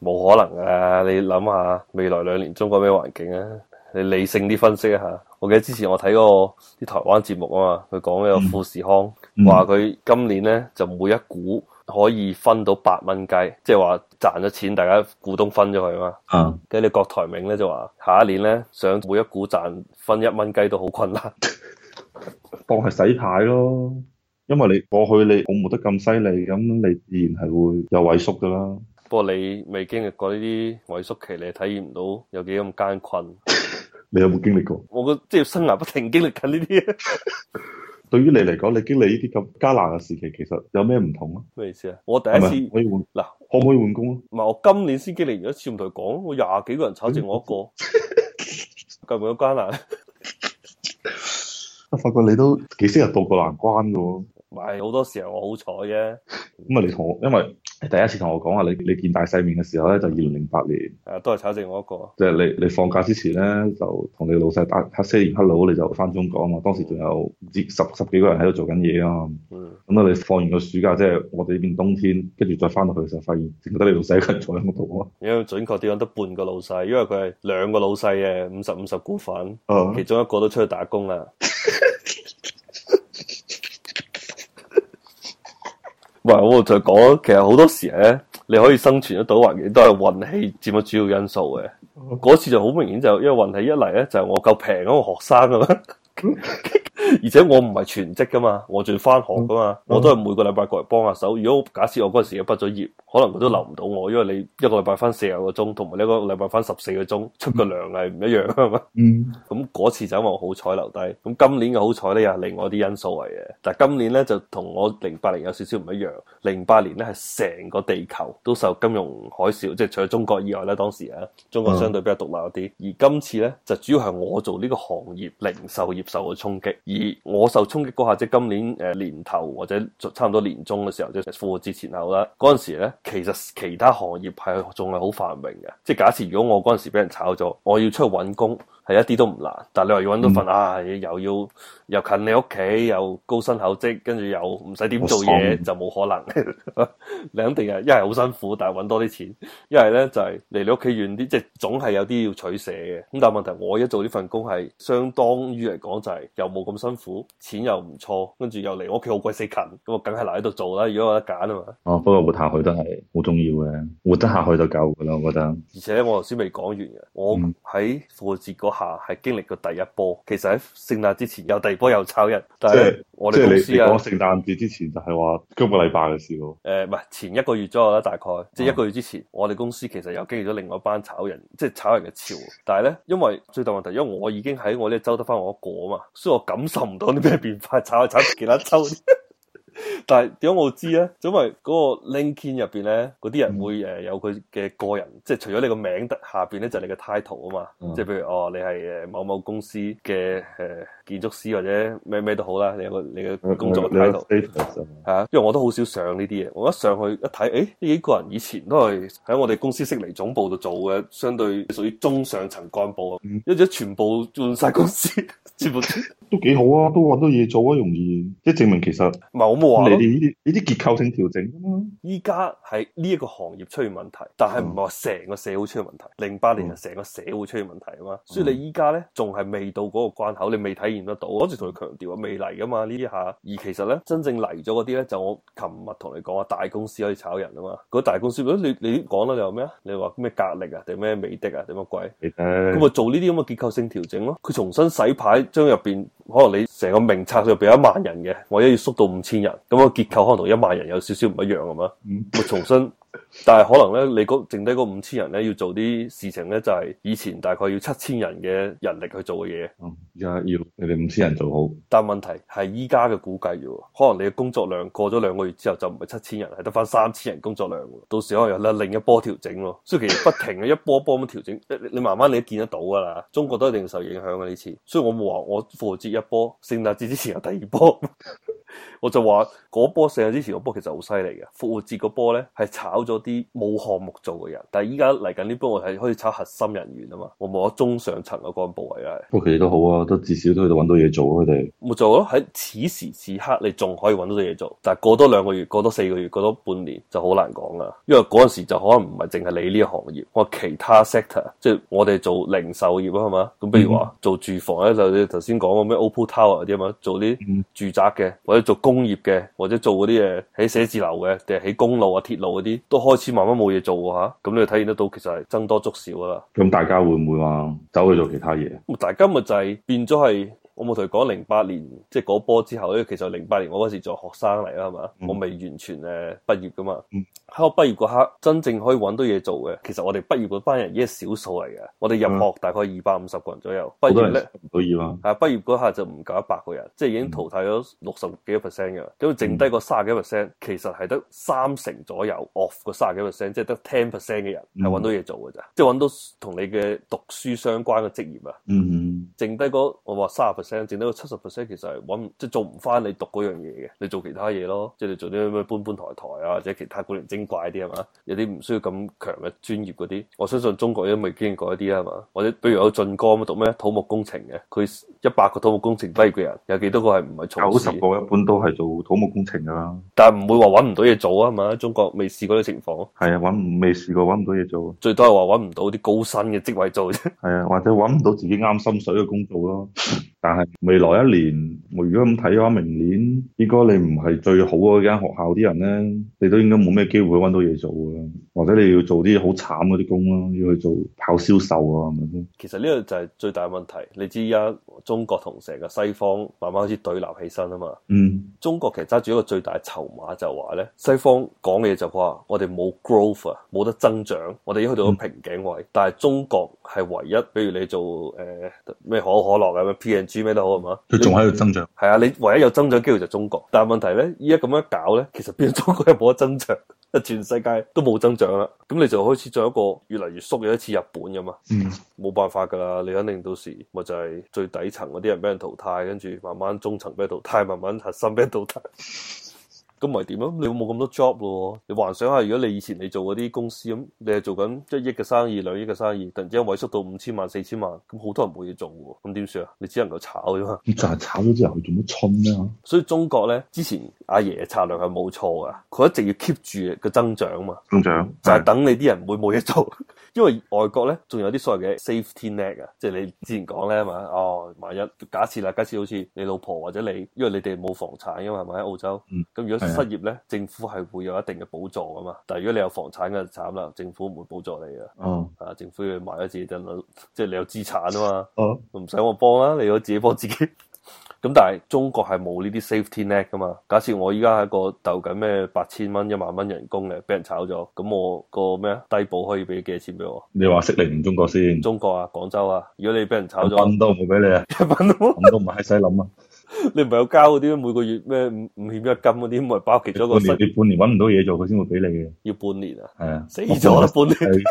冇可能啊！你諗下未來兩年中國咩環境啊？你理性啲分析一下。我記得之前我睇過啲台灣節目啊嘛，佢講呢個富士康嗯話佢今年咧就每一股可以分到八蚊雞，即係話賺咗錢，大家股東分咗佢嘛。啊，跟住你郭台銘咧就話下一年咧想每一股賺分一蚊雞都好困難。 當係洗牌咯。因為你過去你泡沫得咁犀利，咁你自然係會有萎縮噶啦。不過你未經歷過呢啲萎縮期，你體驗唔到有幾咁艱困。你有冇經歷過？我個職業生涯不停經歷緊呢啲，對於你嚟講，你經歷呢啲咁艱難嘅時期，其實有咩唔同啊？咩意思啊？我第一係咪次可以換嗱，可唔可以換工啊？唔係我今年先經歷完一次，唔同佢講，我廿幾個人炒剩我一個，夠唔夠艱難？我啊發覺你都幾適合渡過難關嘅喎。唔係好多時候我好彩啫，咁啊，你同我，因為你第一次同我講話，你你見大世面嘅時候咧，就二零零八年，誒都係炒剩我一個。即係你你放假之前咧，就同你老細打黑西連黑佬，你就翻中國啊嘛。當時仲有唔知十十幾個人喺度做緊嘢啊嘛。嗯，咁啊，你放完個暑假，即係我哋呢邊冬天，跟住再翻到去嘅時候，發現淨得你老細一個人坐喺嗰度啊。因為準確啲講得半個老細，因為佢係兩個老細嘅五十五十股份， 啊其中一個都出去打工 啦。唔係，我就講，其實好多時咧，你可以生存得到，或者都係運氣佔咗主要因素嘅。嗰次就好明顯就因為運氣一嚟咧，就係我夠平嗰個學生咁樣， 而且我唔係全職噶嘛，我仲要翻學噶嘛，我都係每個禮拜過嚟幫下手。如果假設我嗰陣時畢咗業，可能佢都留唔到我，因為你一個禮拜翻四十個鐘，同埋你一個禮拜翻十四個鐘，出個糧係唔一樣啊嘛。嗯，咁嗰次就因為我好彩留低，咁今年嘅好彩咧又係另外啲因素嚟嘅。但係今年咧就同我零八年有少少唔一樣，零八年咧係成個地球都受金融海嘯，即係除咗中國以外咧，當時啊中國相對比較獨立一啲，而今次咧就主要係我做呢個行業零售業受嘅衝擊，而我受衝擊嗰下即係今年誒、呃年頭或者差唔多年中嘅時候，即係復活節前後啦，嗰陣時咧其實其他行業係仲係好繁榮嘅，即係假設如果我嗰陣時俾人炒咗，我要出去揾工。係一啲都唔難，但係你話要揾到份、啊，又要又近你屋企，又高薪厚職，跟住又唔使點做嘢，就冇可能。 你肯定係一係好辛苦，但係揾多啲錢；一係咧就係、離你屋企遠啲，即係總係有啲要取捨嘅。咁但係問題，我一做呢份工係相當於嚟講就係、又冇咁辛苦，錢又唔錯，跟住又離我屋企好鬼死近，咁我啊梗係留喺度做啦。如果有得揀啊嘛。哦，不過活下去都係好重要嘅，活得下去就夠噶啦，我覺得。而且我頭先未講完嘅，我嗯喺復活節嗰下係經歷過第一波，其實喺聖誕之前有第二波又炒人，但即係係我即哋係你公你司啊講，聖誕節之前就係話今個禮拜嘅事喎。呃誒唔係前一個月左右啦，大概嗯即係一個月之前，我哋公司其實有經歷咗另外一班炒人，即係炒人嘅潮。但係咧，因為最大問題，因為我已經喺我呢州得翻我一個啊嘛，所以我感受唔到啲咩變化，炒一炒 其他州。但係點解我知咧？因為嗰個 LinkedIn 入邊咧，嗰啲嗯人會誒有佢嘅個人，即係除咗你個名得下邊咧，就係你嘅 title 啊嘛。嗯即係譬如哦，你係誒某某公司嘅誒、建築師或者咩咩都好啦，你有個你嘅工作嘅嗯你有 title。 status 啊嘛係啊，因為我都好少上呢啲嘢，我一上去一睇，誒呢幾個人以前都係喺我哋公司悉尼總部度做嘅，相對屬於中上層幹部啊，嗯一咗全部換晒公司，全部唔都幾好啊，都揾到嘢做啊，容易，即係證明其實你係我冇話哋咯。呢啲呢啲結構性調整啊嘛。依家係呢一個行業出現問題，但係唔係話成個社會出現問題。零八年係成個社會出現問題啊嘛，所以你依家咧仲係未到嗰個關口，你未體驗得到。我一直同佢強調啊，未嚟噶嘛呢一下。而其實咧真正嚟咗嗰啲咧，就我琴日同你講啊，大公司可以炒人啊嘛。嗰大公司，你你講啦，你話咩啊？你話咩格力啊，定咩美的啊，定乜鬼？你咁睇，咪做呢啲咁嘅結構性調整咯。佢重新洗牌，將入邊可能你成個名冊入邊有一萬人嘅，或者要縮到五千人，咁個結構可能同一萬人有少少唔一樣咁嘛。嗯咪重新，但係可能咧，你嗰剩低嗰五千人咧要做啲事情咧，就係、以前大概要七千人嘅人力去做嘅嘢。嗯而家要你哋五千人做好，但問題係依家嘅估計啫喎，可能你嘅工作量過咗兩個月之後就唔係七千人，係得翻三千人工作量喎，到時可能有另一波調整咯。所以其實不停嘅一波一波咁調整， 你你慢慢你都見得到㗎啦。中國都一定受影響嘅呢次，所以我冇話我復活節一波，聖誕節之前有第二波。 我就話嗰波四日之前嗰波其實好犀利嘅，復活節嗰波咧係炒咗啲冇項目做嘅人，但係依家嚟緊呢波我係可以炒核心人員啊嘛，我冇咗中上層嘅幹部位啦，不過佢哋都好啊，都至少都喺度揾到嘢做啊，佢哋冇做咯。喺此時此刻你仲可以揾到啲嘢做，但係過多兩個月、過多四個月、過多半年就好難講啦，因為嗰陣時就可能唔係淨係你呢個行業，我話其他 sector，即係我哋做零售業啊，係嘛？咁譬如話做住房咧，就你頭先講個咩 OPPO Tower 嗰啲啊嘛，做啲。嗯住宅嘅，或者做工業嘅，或者做嗰啲嘢喺寫字樓嘅，定係喺公路啊、鐵路嗰啲，都開始慢慢冇嘢做喎嚇。咁你就體現得到其實係僧多粥少噶啦。咁大家會唔會話走去做其他嘢？啊咁大家咪就係變咗係。我冇同佢講零八年，即係嗰波之後咧，其實零八年我嗰時仲係學生嚟啦，係嘛？嗯我未完全誒畢業噶嘛。嗯喺我畢業嗰刻，真正可以揾到嘢做嘅，其實我哋畢業嗰班人已經係少數嚟嘅。我哋入學大概二百五十個人左右，畢嗯好多業人咧。唔到意嘛，啊，畢業嗰下就唔夠一百個人，即係已經淘汰嗯咗六十幾個 percent 嘅，咁剩低個卅幾 percent，其實係得三成左右 off 個卅幾 percent，即係得 ten percent 嘅人係揾到嘢做嘅咋，即係揾到同你嘅讀書相關嘅職業啊。嗯，剩低嗰我話三十 percent，剩低嗰七十 percent 其實係揾唔即係做唔翻你讀嗰樣嘢嘅，你做其他嘢咯，即係你做啲咩搬搬抬抬啊，或者其他古靈精怪啲係嘛，有啲唔需要咁強嘅專業嗰啲，我相信中國都未經歷過一啲啦係嘛，或者比如有晉江咁讀咩土木工程嘅，佢一百個土木工程畢業嘅人，有幾多個係唔係從九事十？個一般都係做土木工程㗎啦，但係唔會話揾唔到嘢做啊係嘛，中國未試過呢個情況，係啊，揾唔未試過揾唔到嘢做，啊最多係話揾唔到啲高薪嘅職位做啫。 係啊，或者揾唔到自己啱心水嘅工作咯。 但係未來一年，我如果咁睇嘅話，明年應該你唔係最好嗰間學校啲人咧，你都應該冇咩機會揾到嘢做嘅，或者你要做啲好慘嗰啲工咯，要去做跑銷售啊，係咪先？其實呢個就係最大問題，你知而家中國同成個西方慢慢開始對立起身啊嘛。嗯，中國其實揸住一個最大嘅籌碼就係話咧，西方講嘅嘢就話我哋冇 growth 啊，冇得增長，我哋已經去嗯到個瓶頸位。但係中國係唯一，比如你做誒咩、可口可樂啊，咩 P&G 咩都好係嘛，佢仲喺度增長。係啊，你唯一有增長機會就係中國。但係問題咧，依家咁樣搞咧，其實變咗中國又冇得增長，全世界都冇增長啦。咁你就開始做一個越嚟越縮嘅，好似日本咁啊。嗯，冇辦法㗎啦，你肯定到時咪就係最底層嗰啲人俾人淘汰，跟住慢慢中層俾人淘汰，慢慢核心俾人淘汰。咁咪點啊咯？你冇咁多 job 咯喎。你幻想下，如果你以前你做嗰啲公司咁，你係做緊一億嘅生意、兩億嘅生意，突然之間萎縮到五千萬、四千萬，咁好多人冇嘢做喎。咁點算啊？你只能夠炒啫嘛。咁就係炒咗之後，佢做乜春咧？所以中國咧，之前阿爺嘅策略係冇錯㗎，佢一直要 keep 住個增長嘛。增長就係等你啲人唔會冇嘢做， 因為外國咧仲有啲所謂嘅 safety net 啊，即係你之前講咧嘛，哦，萬一假設啦，假設好似你老婆或者你，因為你哋冇房產噶嘛，係咪喺澳洲？嗯咁如果係啊失業咧，政府係會有一定嘅補助噶嘛，但係如果你有房產嘅就慘啦，政府唔會補助你噶，哦啊，政府要賣咗自己棟樓，即係你有資產啊嘛。哦，唔使我幫啦，你可以自己幫自己。 咁但係中國係冇呢啲 safety net 噶嘛？假設我依家係一個鬥緊咩八千蚊、一萬蚊人工嘅，俾人炒咗，咁我個咩啊低保可以俾幾多錢俾我？你話悉尼唔中國先，中國啊，廣州啊，如果你俾人炒咗咁都冇俾你啊，一蚊都冇， 咁都唔係閪使諗啊！你唔係有交嗰啲每個月咩五五險一金嗰啲，咪包其中一個半年失你半年揾唔到嘢做，佢先會俾你嘅，要半年啊！係啊，死咗 啦，半年係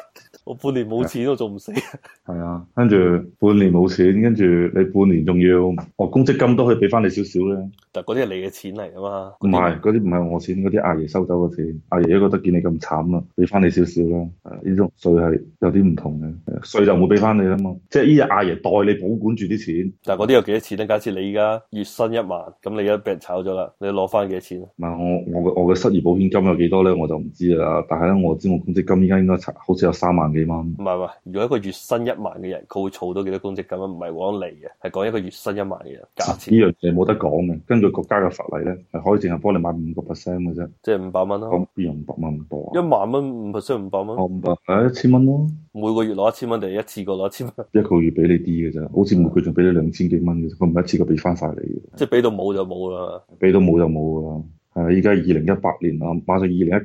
我半年冇錢，我仲唔死？ 係啊，跟住半年冇錢，跟住你半年仲要，哦公積金都可以俾翻你少少咧，唔但嗰啲係你嘅錢嚟啊嘛，嗰啲係嗰啲唔係我錢，嗰啲阿爺收走嘅錢，阿爺都覺得見你咁慘啦，俾翻你少少啦，係啊呢種稅係有啲唔同嘅，係啊稅就唔會俾翻你啦嘛，即係呢日阿爺代你保管住啲錢，但係嗰啲有幾多錢咧？假設你而家月薪一萬，咁你而家俾人炒咗啦，你攞翻幾多錢啊？唔係我我嘅我嘅失業保險金有幾多咧，我就唔知啦，但係咧我知我公積金依家應該差好似有三萬幾蚊。唔係唔係，如果一個月薪一萬嘅人，佢會儲到幾多公積金啊？唔係講你嘅，係講一個月薪一萬嘅人，價錢呢樣嘢冇得講嘅，根據國家嘅法例咧，係可以淨係幫你買五個 percent 嘅啫。即係五百蚊咯，咁邊有五百蚊咁多一啊？萬蚊五 percent 五百蚊，我五百係一千蚊咯，每個月攞一千蚊定係一次過攞一千蚊，一個月俾你啲嘅啫，好似每個月仲俾你兩千幾蚊嘅啫，佢唔係一次過俾翻晒你嘅，即係俾到冇就冇啦。俾到冇就冇噶啦。係啊，依家二零一八年啊，馬上二零一九年，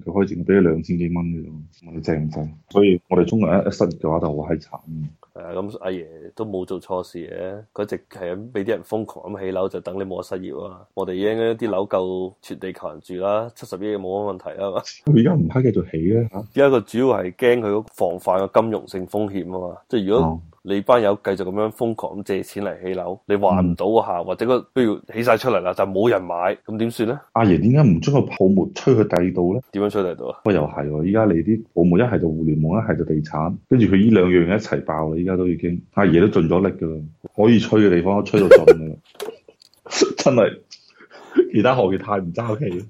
佢開始淨係俾你兩千幾蚊嘅啫，你正唔正？所以我哋中國人一一失業嘅話就好閪慘嘅。係啊，咁阿爺都冇做錯事嘅，佢一直係咁俾啲人瘋狂咁起樓，就等你冇得失業啊！我哋應該啲樓夠全地球人住啦，七十億冇乜問題啊嘛。佢而家唔閪繼續起咧嚇，而家個主要係驚佢嗰個防範個金融性風險啊嘛，即係如果哦你班友繼續咁樣瘋狂咁借錢嚟起樓，你還唔到嗰下，或者個都要起晒出嚟啦，但冇人買，咁點算咧？阿爺點解唔將個泡沫吹去第二度咧？點樣出嚟到啊？不過又係喎，依家你啲泡沫一係就互聯網，一係就地產，跟住佢呢兩樣嘢一齊爆啦，依家都已經阿爺都盡咗力㗎啦，可以吹嘅 地方都吹到盡㗎啦，真係其他行業太唔爭氣啦。